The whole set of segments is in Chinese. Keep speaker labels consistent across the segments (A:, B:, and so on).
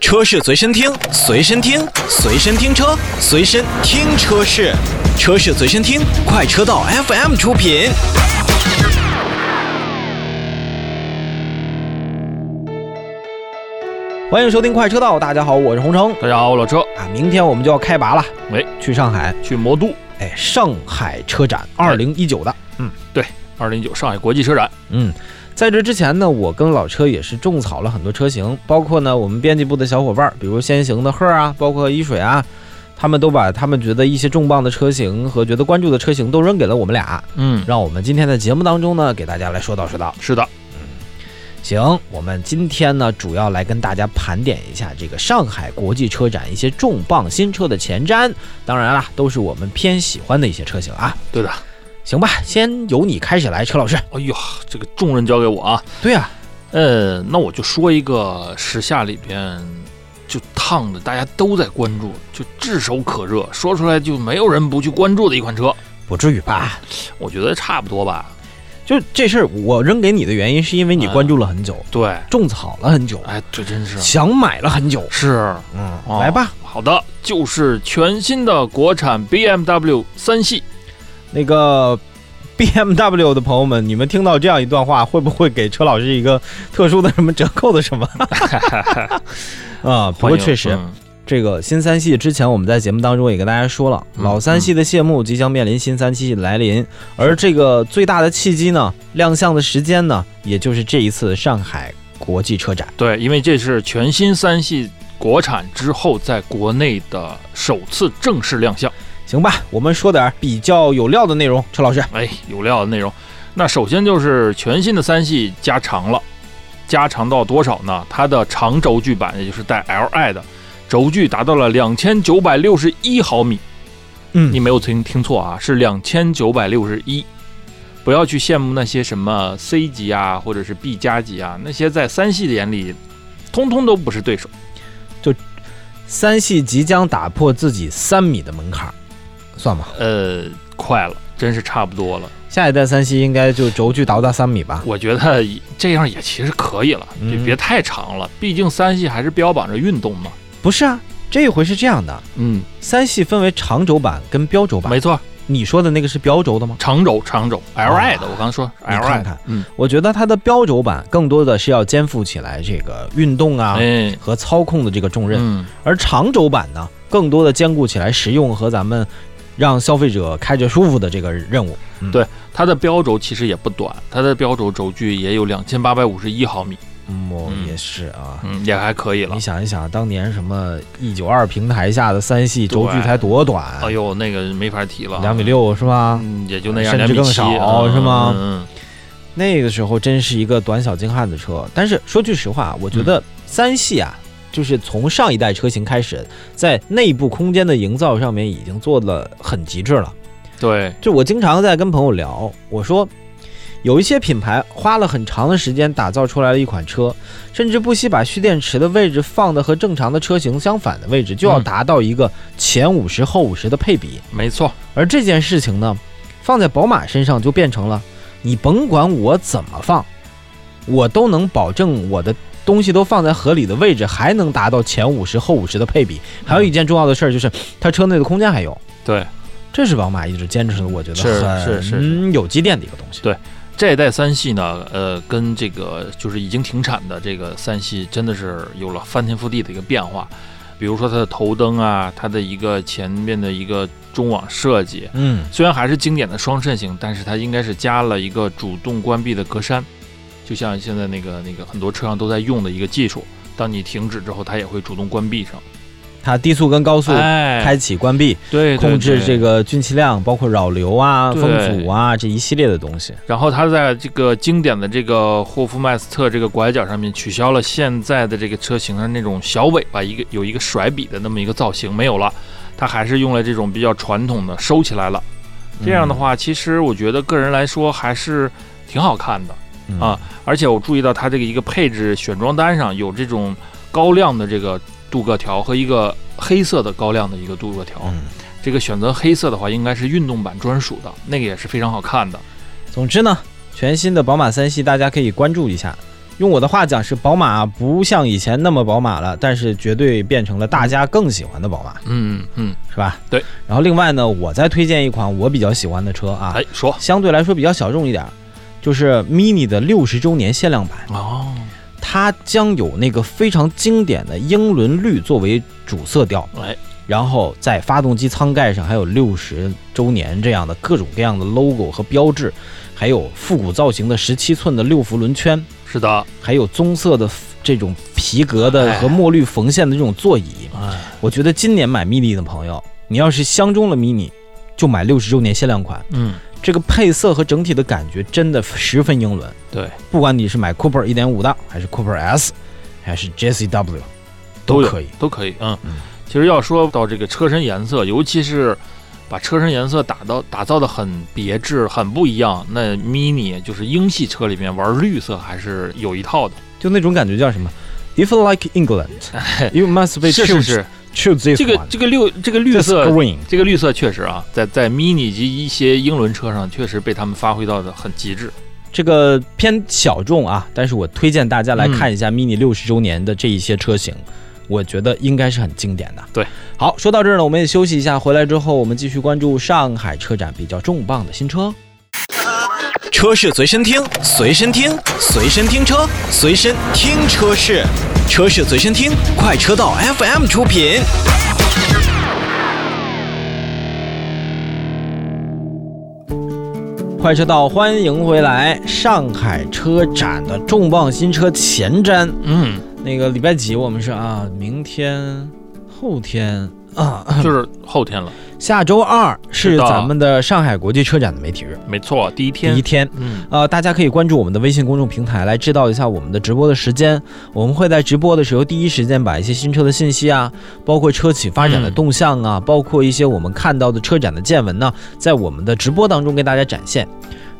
A: 车是随身听，随身听，随身听车，随身听车是，车是随身听，快车道 FM 出品。欢迎收听快车道，大家好，我是洪城
B: 大家好，我老车
A: 啊，明天我们就要开拔了，
B: 喂，
A: 去上海，
B: 去魔都，
A: 哎，上海车展二零一九的，
B: 二零一九上海国际车展，
A: 嗯，在这之前呢，我跟老车也是种草了很多车型，包括呢我们编辑部的小伙伴儿，比如先行的赫儿啊，包括一水啊，他们都把他们觉得一些重磅的车型和觉得关注的车型都扔给了我们俩，
B: 嗯，
A: 让我们今天的节目当中呢给大家来说道说道。
B: 是的，
A: 行，我们今天呢主要来跟大家盘点一下这个上海国际车展一些重磅新车的前瞻，当然啦，都是我们偏喜欢的一些车型啊。
B: 对的。
A: 行吧，先由你开始来，车老师。
B: 哎呦，这个重任交给我啊，
A: 对呀、
B: 呃，那我就说一个时下里边就烫的，大家都在关注，就炙手可热，说出来就没有人不去关注的一款车，
A: 不至于吧？
B: 我觉得差不多吧，
A: 就这事儿，我扔给你的原因是因为你关注了很久，
B: 对，
A: 种草了很久，
B: 嗯哎，这真是
A: 想买了很久。
B: 是
A: 嗯，
B: 哦
A: 来吧，
B: 好的，就是全新的国产 BMW 三系，
A: 那个 BMW 的朋友们，你们听到这样一段话，会不会给车老师一个特殊的什么折扣的什 么？ 啊，不
B: 欢
A: 过
B: 迎
A: 确实，
B: 嗯
A: 这个新三系之前我们在节目当中也跟大家说了，
B: 嗯
A: 老三系的谢幕即将面临新三系的来临，而这个最大的契机呢，亮相的时间呢，也就是这一次上海国际车展。
B: 对，因为这是全新三系国产之后在国内的首次正式亮相。
A: 行吧，我们说点儿比较有料的内容。车老师，
B: 哎，有料的内容。那首先就是全新的三系加长了，加长到多少呢？它的长轴距版，也就是带 Li 的轴距达到了两千九百六十一毫米。
A: 嗯
B: 你没有听听错啊，是两千九百六十一。不要去羡慕那些什么 C 级啊，或者是 B 加级啊，那些在三系的眼里，通通都不是对手。
A: 三系即将打破自己三米的门槛儿，算吧，
B: 呃，快了，真是差不多了。
A: 下一代三系应该就轴距达到三米吧？
B: 我觉得 这样也其实可以了，
A: 嗯
B: 也别太长了，毕竟三系还是标榜着运动嘛。
A: 不是啊，这回是这样的，
B: 嗯，
A: 三系分为长轴版跟标轴版
B: 没。错，
A: 你说的那个是标轴的吗？
B: 长轴长轴 L I 的，我刚说 L
A: 啊你
B: I，
A: 看看
B: 嗯，
A: 我觉得它的标轴版更多的是要肩负起来这个运动啊
B: 哎，
A: 和操控的这个重任，
B: 嗯，
A: 而长轴版呢，更多的兼顾起来实用和咱们让消费者开着舒服的这个任务。
B: 它的标轴其实也不短，它的标轴轴距也有两千八百五十一毫米，
A: 嗯，我
B: 嗯
A: 也是啊。
B: 嗯，也还可以了
A: 你。想一想，当年什么一九二平台下的三系轴距
B: 对
A: 才多短，
B: 哎呦，那个没法提了，啊
A: 两米，六是吧？
B: 嗯，也就那样，
A: 甚
B: 两
A: 至
B: 米
A: 更
B: 七，
A: 少是吗
B: 嗯，
A: 那个时候真是一个短小精悍的车。但是说句实话，我觉
B: 嗯
A: 得三系啊，就是从上一代车型开始，在内部空间的营造上面已经做的很极致了。
B: 嗯对，
A: 就我经常在跟朋友聊，我说。有一些品牌花了很长的时间打造出来了一款车，甚至不惜把蓄电池的位置放的和正常的车型相反的位置，就要
B: 嗯
A: 达到一个前五十后五十的配比。
B: 没错，
A: 而这件事情呢，放在宝马身上就变成了，你甭管我怎么放，我都能保证我的东西都放在合理的位置，还能达到前五十后五十的配比。还有一件重要的事儿就是，它车内的空间还有，
B: 对，
A: 这是宝马一直坚持的，我觉得
B: 是是是
A: 很有积淀的一个东西。
B: 对这一代三系呢，呃，跟这个就是已经停产的这个三系，真的是有了翻天覆地的一个变化。比如说它的头灯啊，它的一个前面的一个中网设计，
A: 嗯，
B: 虽然还是经典的双肾型，但是它应该是加了一个主动关闭的格栅，就像现在那个那个很多车上都在用的一个技术，当你停止之后，它也会主动关闭上。
A: 它低速跟高速
B: 哎，
A: 开启、关闭，
B: 对对
A: 控制
B: 对
A: 这个氲气量，包括扰流啊、
B: 对
A: 风阻啊这一系列的东西。
B: 然后它在这个经典的这个霍夫麦斯特这个拐角上面取消了现在的这个车型上那种小尾巴一个有一个甩笔的那么一个造型没有了，它还是用了这种比较传统的收起来了。这样的话，其实我觉得个人来说还是挺好看的，
A: 嗯
B: 啊，而且我注意到它这个一个配置选装单上有这种高亮的这个镀铬条和一个黑色的高亮的一个镀铬条。
A: 嗯
B: 这个选择黑色的话，应该是运动版专属的，那个也是非常好看的。
A: 总之呢，全新的宝马三系大家可以关注一下，用我的话讲是，宝马不像以前那么宝马了，但是绝对变成了大家更喜欢的宝马，
B: 嗯嗯，
A: 是吧？
B: 对。
A: 然后另外呢，我再推荐一款我比较喜欢的车啊，
B: 哎，说
A: 相对来说比较小众一点儿，就是 MINI 的六十周年限量版，
B: 哦
A: 它将有那个非常经典的英伦绿作为主色调，
B: 哎，
A: 然后在发动机舱盖上还有六十周年这样的各种各样的 logo 和标志，还有复古造型的十七寸的六幅轮圈，
B: 是的，
A: 还有棕色的这种皮革的
B: 哎
A: 和墨绿缝线的这种座椅。
B: 哎，
A: 我觉得今年买 mini 的朋友，你要是相中了 mini，就买六十周年限量款。
B: 嗯，
A: 这个配色和整体的感觉真的十分英伦。
B: 对，
A: 不管你是买 Cooper 1.5的，还是 Cooper S，还是 JCW，
B: 都有
A: 可以。
B: 都可以，嗯
A: 嗯。
B: 其实要说到这个车身颜色，尤其是把车身颜色打到打造的很别致、很不一样，那 Mini 就是英系车里面玩绿色还是有一套的。
A: 就那种感觉叫什么？If you like England, you must be
B: 是是
A: choose
B: 是，
A: choose this
B: 这个
A: one.
B: 这个绿这个绿
A: This
B: 色
A: green，
B: 这个绿色确实啊，在在 Mini 及一些英伦车上确实被他们发挥到的很极致。
A: 这个偏小众啊，但是我推荐大家来
B: 嗯
A: 看一下 Mini 六十周年的这一些车型。我觉得应该是很经典的。
B: 对，
A: 好，说到这儿呢，我们也休息一下，回来之后我们继续关注上海车展比较重磅的新车。
C: 车是随身听，随身听，随身听车，随身听车是，车是随身听，快车道 FM 出品。
A: 快车道，欢迎回来！上海车展的重磅新车前瞻，
B: 嗯，
A: 那个礼拜几我们是啊？明天、后天啊，
B: 嗯就是后天了，
A: 下周二是
B: 是的
A: 咱们的上海国际车展的媒体日
B: 没错，第一
A: 第一
B: 天。
A: 天。
B: 嗯，
A: 呃，大家可以关注我们的微信公众平台来知道一下我们的直播的时间。我们会在直播的时候第一时间把一些新车的信息啊，包括车企发展的
B: 嗯
A: 动向啊，包括一些我们看到的车展的见闻呢，在我们的直播当中跟大家展现。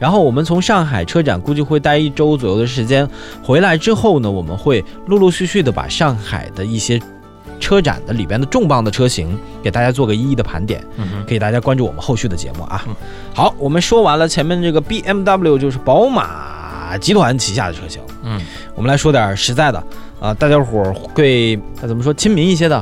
A: 然后我们从上海车展估计会待一周左右的时间，回来之后呢，我们会陆陆续续的把上海的一些车展的里边的重磅的车型给大家做个一一的盘点。
B: 嗯哼，
A: 可以大家关注我们后续的节目啊
B: 嗯。
A: 好，我们说完了前面这个 BMW，就是宝马集团旗下的车型，
B: 嗯，
A: 我们来说点实在的啊、大家伙儿会呃怎么说亲民一些的，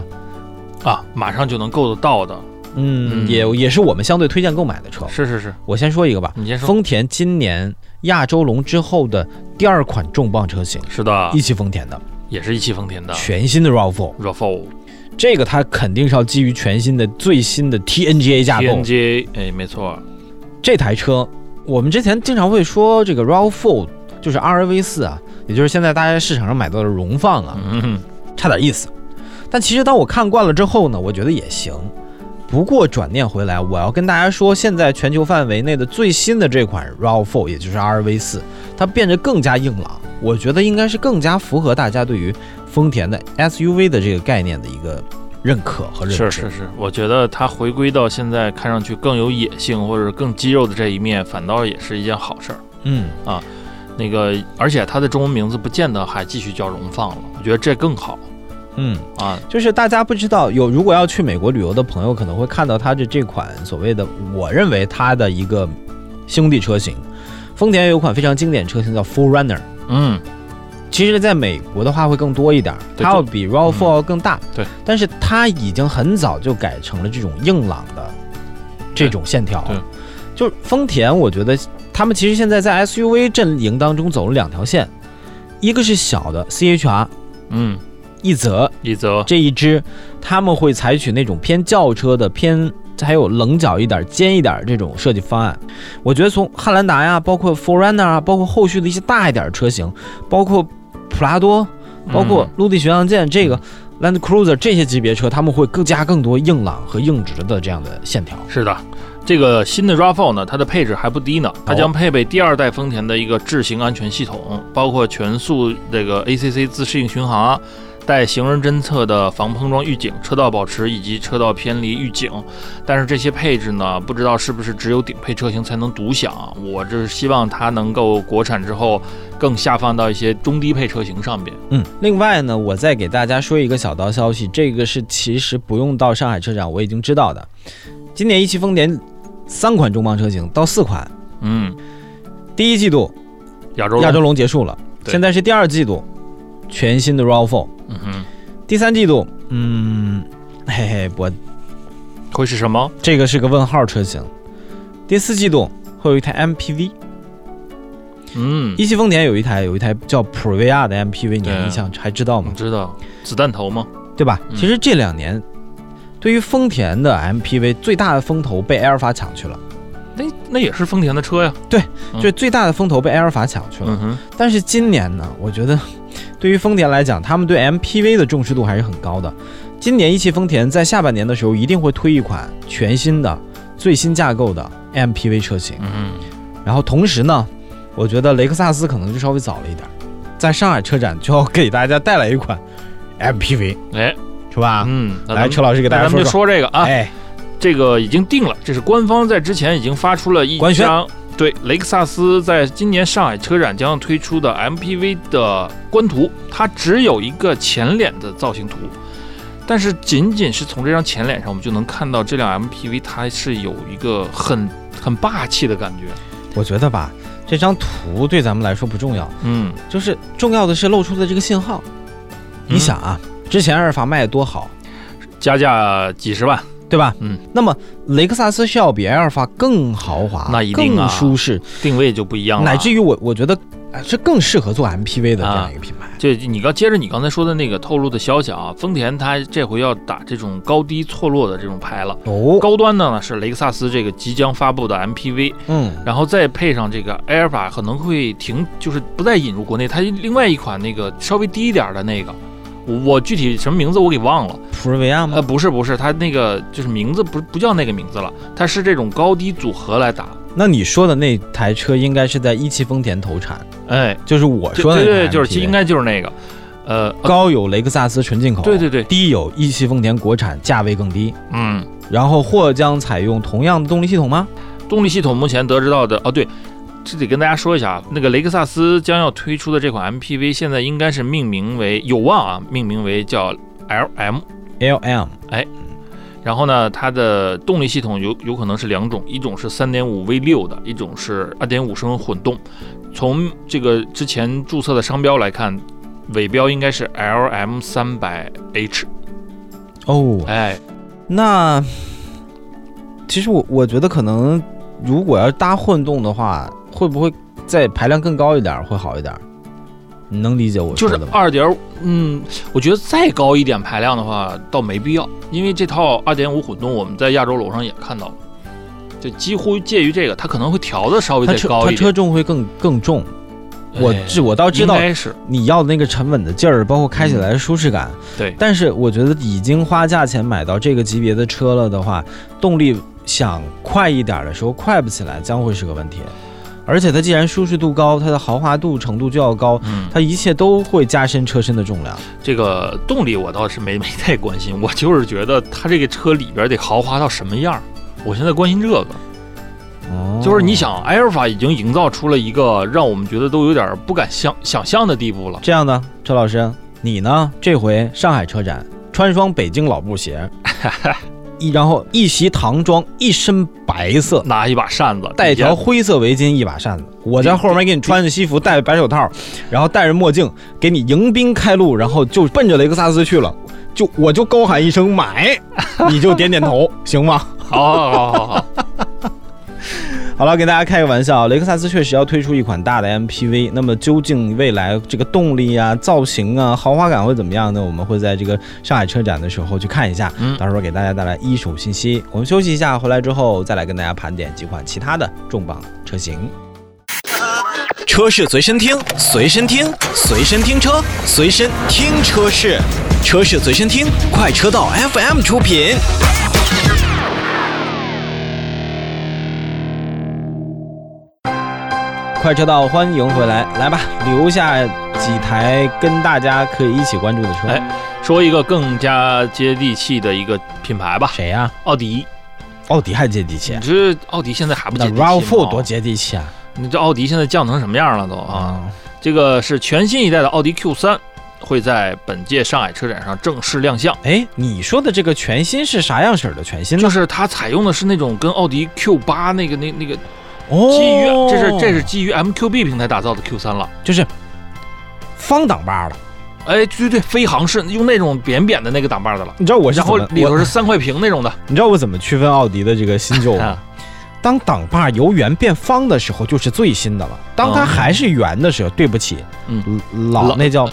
B: 啊，马上就能够得到的，
A: 嗯，
B: 嗯
A: 也也是我们相对推荐购买的车。
B: 是是是，
A: 我先说一个吧，
B: 你先说。
A: 丰田今年亚洲龙之后的第二款重磅车型，
B: 是的
A: 一，汽丰田的
B: 也是一汽丰田的
A: 全新的 RAV4，
B: RAV4
A: 这个它肯定是要基于全新的最新的 TNGA 架构。
B: TNGA，哎，没错，
A: 这台车，我们之前经常会说这个 RAV4 就是 RAV 四啊，也就是现在大家市场上买到的荣放啊，
B: 嗯，
A: 差点意思。但其实当我看惯了之后呢，我觉得也行。不过转念回来，我要跟大家说，现在全球范围内的最新的这款 RAV4，也就是 RAV 四，它变得更加硬朗，我觉得应该是更加符合大家对于丰田的 SUV 的这个概念的一个认可和认知。
B: 是是是，我觉得它回归到现在看上去更有野性或者更肌肉的这一面，反倒也是一件好事儿。
A: 嗯，
B: 那个，而且它的中文名字不见得还继续叫荣放了，我觉得这更好
A: 嗯。
B: 啊。
A: 就是大家不知道有，如果要去美国旅游的朋友，可能会看到它的这款所谓的，我认为它的一个兄弟车型。丰田有一款非常经典车型叫 Full Runner，
B: 嗯，
A: 其实在美国的话会更多一点儿，
B: 对
A: 它要比 RAV4
B: 嗯
A: 要更大。
B: 对，
A: 但是它已经很早就改成了这种硬朗的这种线条
B: 对对。
A: 就是丰田，我觉得他们其实现在在 SUV 阵营当中走了两条线，一个是小的 CHR
B: 嗯，
A: 一泽
B: 一泽，
A: 这一支，他们会采取那种偏轿车的、偏还有棱角一点、尖一点这种设计方案。我觉得从汉兰达呀，包括 Forerunner 啊，包括后续的一些大一点的车型，包括普拉多，包括陆地巡洋舰这个 Land Cruiser 这些级别车，他们会更加更多硬朗和硬直的这样的线条。
B: 是的，这个新的 RAV4 呢，它的配置还不低呢，它将配备第二代丰田的一个智行安全系统，包括全速这个 ACC 自适应巡航、啊带行人侦测的防碰撞预警、车道保持以及车道偏离预警。但是这些配置呢，不知道是不是只有顶配车型才能独享。我这是希望它能够国产之后更下放到一些中低配车型上边。
A: 嗯，另外呢，我再给大家说一个小道消息，这个是其实不用到上海车展我已经知道的。今年一汽丰田三款重磅车型到四款，
B: 嗯，
A: 第一季度
B: 亚洲
A: 亚洲龙结束了，
B: 对
A: 现在是第二季度，全新的 RAV4，
B: 嗯哼，
A: 第三季度，嗯，嘿嘿，我
B: 会是什么？
A: 这个是个问号车型。第四季度会有一台 MPV，
B: 嗯，
A: 一汽丰田有一台有一台叫普锐亚的 MPV，你
B: 对啊
A: 印象还知道吗
B: 我？知道子弹头吗？
A: 对吧？
B: 嗯
A: 其实这两年，对于丰田的 MPV 最大的风头被埃尔法抢去了，
B: 那那也是丰田的车呀。嗯
A: 就最大的风头被埃尔法抢去了。
B: 嗯哼，
A: 但是今年呢，我觉得对于丰田来讲，他们对 MPV 的重视度还是很高的。今年一汽丰田在下半年的时候一定会推一款全新的、最新架构的 MPV 车型。
B: 嗯
A: 然后同时呢，我觉得雷克萨斯可能就稍微早了一点儿，在上海车展就要给大家带来一款 MPV，
B: 哼，哎，
A: 是吧？
B: 嗯，那
A: 啊
B: 咱
A: 来，
B: 们
A: 车老师给大
B: 那
A: 家
B: 咱们
A: 说
B: 就
A: 说。
B: 说这个啊，
A: 哎，
B: 这个已经定了，这是官方在之前已经发出了一
A: 官宣
B: 张对雷克萨斯在今年上海车展将推出的 MPV 的官图，它只有一个前脸的造型图，但是仅仅是从这张前脸上，我们就能看到这辆 MPV 它是有一个很很霸气的感觉，
A: 我觉得吧，这张图对咱们来说不重要，
B: 嗯，
A: 就是重要的是露出的这个信号。你
B: 嗯
A: 想啊，之前阿尔法卖的多好，
B: 加价几十万，
A: 对吧？
B: 嗯。
A: 那么雷克萨斯是要比阿尔法更豪华，
B: 那一定啊
A: 更舒适，
B: 定位就不一样了，
A: 乃至于我我觉得啊这更适合做 MPV 的这
B: 啊
A: 样一个品牌。
B: 这你刚接着你刚才说的那个透露的消息啊，丰田它这回要打这种高低错落的这种牌了。
A: 哦，
B: 高端的呢是雷克萨斯这个即将发布的 MPV，
A: 嗯，
B: 然后再配上这个埃尔法可能会停，就是不再引入国内，它另外一款那个稍微低一点的那个，我我具体什么名字我给忘了，
A: 普锐维亚
B: 呃，
A: 吗？
B: 不是不是，它那个就是名字不不叫那个名字了，它是这种高低组合来打，
A: 呃那你说的那台车应该是在一汽丰田投产，
B: 哎，
A: 就是我
B: 就
A: 说的
B: 对
A: 那
B: 对，
A: 台
B: 就是应
A: MPV
B: 该就是那个，呃，呃
A: 高有雷克萨斯纯进口，
B: 对对对，
A: 低有一汽丰田国产，价位更低。
B: 嗯，
A: 然后或将采用同样的动力系统吗？
B: 动力系统目前得知到的哦，对，这得跟大家说一下啊，那个雷克萨斯将要推出的这款 MPV 现在应该是命名为有望啊，命名为叫 LM。
A: L M
B: 然后呢，它的动力系统有有可能是两种，一种是3.5 V6 的，一种是2.5升混动。从这个之前注册的商标来看，尾标应该是 LM 3 0 0 H。
A: 哦，
B: 哎，
A: 那其实我我觉得可能如果要搭混动的话，会不会在排量更高一点儿会好一点儿？你能理解我
B: 就
A: 说
B: 是
A: 的吗？
B: 二点，嗯，我觉得再高一点排量的话，倒没必要，因为这套2.5混动我们在亚洲楼上也看到了，就几乎介于这个，它可能会调的稍微
A: 它
B: 再
A: 车
B: 高
A: 它
B: 一
A: 车
B: 点。
A: 重会更更重，我
B: 哎
A: 这我倒知道
B: 应该是
A: 你要的那个沉稳的劲儿，包括开起来的舒适感。
B: 对
A: 但是我觉得已经花价钱买到这个级别的车了的话，动力想快一点的时候快不起来，将会是个问题。而且它既然舒适度高，它的豪华度程度就要高，
B: 嗯，
A: 它一切都会加深车身的重量。
B: 这个动力我倒是没没太关心，我就是觉得它这个车里边得豪华到什么样儿。我现在关心这个，
A: 哦
B: 就是你想，埃尔法已经营造出了一个让我们觉得都有点不敢想想象的地步了。
A: 这样呢，车老师，你呢？这回上海车展穿双北京老布鞋，一然后一袭唐装，一身白色，
B: 拿一把扇子，
A: 带一条
B: 底
A: 灰色围巾，一把扇子。我在后面给你穿着西服，戴着白手套，然后戴着墨镜，给你迎宾开路，然后就奔着雷克萨斯去了。就我就高喊一声买，你就点点头，行吗？
B: 下好好好好好，
A: 好了，给大家开个玩笑，啊雷克萨斯确实要推出一款大的 MPV，那么究竟未来这个动力啊、造型啊、豪华感会怎么样呢？我们会在这个上海车展的时候去看一下，
B: 嗯
A: 到时候给大家带来一手信息。我们休息一下，回来之后再来跟大家盘点几款其他的重磅车型。
C: 车是随身听，随身听，随身听车，随身听车是，车是随身听，快车道 FM 出品。
A: 快车道，欢迎回来，来吧，留下几台跟大家可以一起关注的车。
B: 哎说一个更加接地气的一个品牌吧，
A: 谁呀、
B: 奥迪。
A: 奥哦迪还接地气啊
B: 你，这奥迪现在还不接
A: 那
B: 地气
A: RAV4 多
B: 吗？
A: 接地气啊！
B: 你这奥迪现在降成什么样了都啊！，
A: 哦
B: 这个是全新一代的奥迪 Q 3会在本届上海车展上正式亮相。
A: 哎，你说的这个全新是啥样式儿的全新
B: 就
A: 呢？
B: 是它采用的是那种跟奥迪 Q 8那个那那个
A: 哦
B: 基于，这是这是基于 MQB 平台打造的 Q 3了。
A: 就是方挡把的。
B: 哎，对对，飞航是用那种扁扁的那个挡把的了，
A: 你知道我是
B: 然
A: 怎
B: 后
A: 么
B: 里头
A: 我
B: 是三块屏那种的。
A: 你知道我怎么区分奥迪的这个新旧吗？
B: 啊，
A: 当挡把由圆变方的时候，就是最新的了。当它
B: 哦
A: 还是圆的时候，对不起，
B: 嗯
A: 老
B: 老
A: 那叫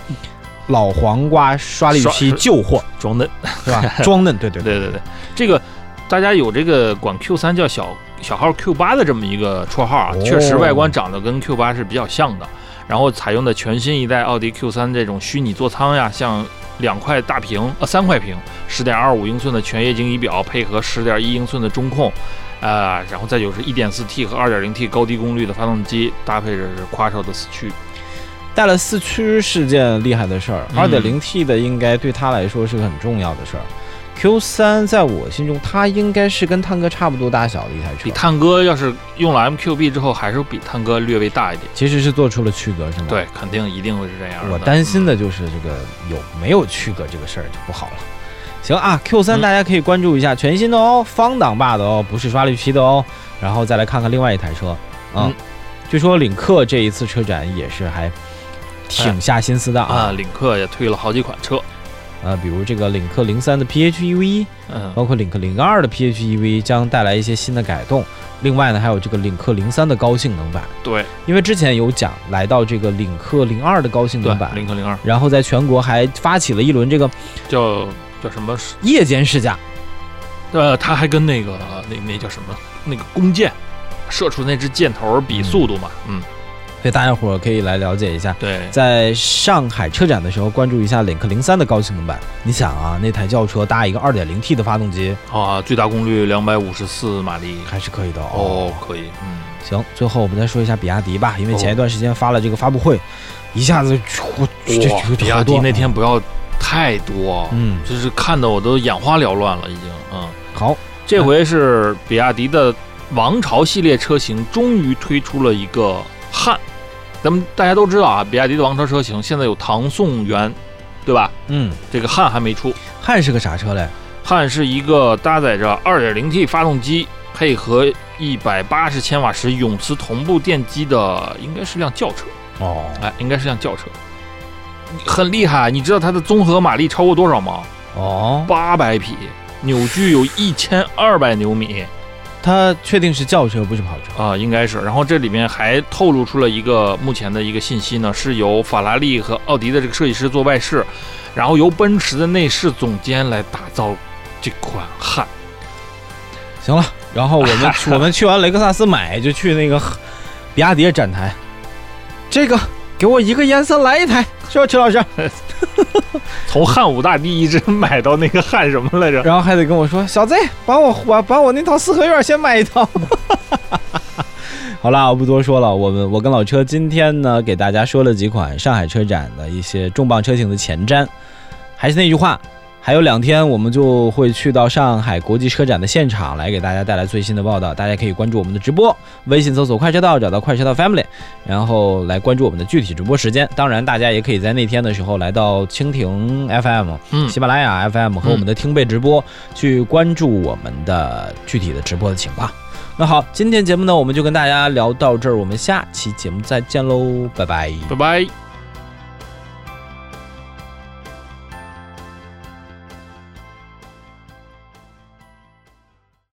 A: 老黄瓜刷了一
B: 刷
A: 批旧货，
B: 装的，
A: 是 吧？装嫩，对对对，
B: 对对对，这个大家有这个管 Q 三叫小小号 Q 八的这么一个绰号啊，
A: 哦
B: 确实外观长得跟 Q 八是比较像的。然后采用的全新一代奥迪 Q 三这种虚拟座舱呀，像两块大屏呃三块屏，十点二五英寸的全液晶仪表配合十点一英寸的中控。啊、然后再就是 1.4T 和 2.0T 高低功率的发动机，搭配着是夸手的四驱，
A: 带了四驱是件厉害的事儿，二
B: 嗯
A: 点零 T 的应该对它来说是个很重要的事儿。Q 三在我心中，它应该是跟探戈差不多大小的一台
B: 比
A: 车，
B: 探戈要是用了 MQB 之后，还是比探戈略微大一点。
A: 其实是做出了区隔，是吗？。
B: 对，肯定一定会是这样的。
A: 我担心的就是这个有没有区隔这个事儿就不好了。行啊，Q 3
B: 嗯
A: 大家可以关注一下，全新的哦，方挡把的哦，不是刷绿皮的哦。然后再来看看另外一台车啊
B: 嗯，
A: 据说领克这一次车展也是还挺下心思的啊
B: 啊，，领克也推了好几款车，
A: 呃，比如这个领克零三的 PHEV，
B: 嗯，
A: 包括领克零二的 PHEV 将带来一些新的改动。另外呢，还有这个领克零三的高性能版，
B: 对
A: 因为之前有讲来到这个领克零二的高性
B: 对
A: 能，版，
B: 领克零二
A: 然后在全国还发起了一轮这个
B: 叫叫什么？
A: 夜间试驾，
B: 呃，它还跟那个那那叫什么那个弓箭射出那支箭头比速度嘛，嗯，
A: 所以大家伙儿可以来了解一下。
B: 对，
A: 在上海车展的时候，关注一下领克零三的高性能版。你想啊，那台轿车搭一个 2.0T 的发动机
B: 啊，最大功率两百五十四马力，
A: 还是可以的
B: 哦，。可以，嗯，
A: 行，最后我们再说一下比亚迪吧，因为
B: 哦
A: 前一段时间发了这个发布会，一下子我
B: 哇比亚迪那天不要太多，
A: 嗯
B: 就是看的我都眼花缭乱了，已经，嗯，
A: 好，
B: 这回是比亚迪的王朝系列车型终于推出了一个汉。咱们大家都知道啊，比亚迪的王朝车型现在有唐宋元，对吧？
A: 嗯，
B: 这个汉还没出，
A: 汉是个啥车嘞？
B: 汉是一个搭载着 2.0T 发动机，配合180千瓦时永磁同步电机的，应该是辆轿车，
A: 哦，
B: 哎，应该是辆轿车，很厉害。啊你知道它的综合马力超过多少吗？
A: 哦，
B: 八百匹，扭矩有一千二百牛米。
A: 它确定是轿车，不是跑车。
B: 啊、应该是。然后这里面还透露出了一个目前的一个信息呢，是由法拉利和奥迪的这个设计师做外饰，然后由奔驰的内饰总监来打造这款汉。
A: 行了，然后我们我们去完雷克萨斯买，就去那个 比亚迪的展台。这个给我一个颜色来一台，是吧，陈老师？
B: 从汉武大帝一直买到那个汉什么来着？
A: 然后还得跟我说，小 Z，把我把把我那套四合院先买一套。 好啦，我不多说了。我们我跟老车今天呢，给大家说了几款上海车展的一些重磅车型的前瞻。还是那句话，还有两天我们就会去到上海国际车展的现场，来给大家带来最新的报道。大家可以关注我们的直播，微信搜索“快车道”，找到“快车道 Family”，然后来关注我们的具体直播时间。当然，大家也可以在那天的时候来到蜻蜓 FM，
B: 嗯
A: 喜马拉雅 FM 和我们的听贝直播，去关注我们的具体的直播的情况。那好，今天节目呢，我们就跟大家聊到这儿，我们下期节目再见喽，拜拜。
B: 拜拜。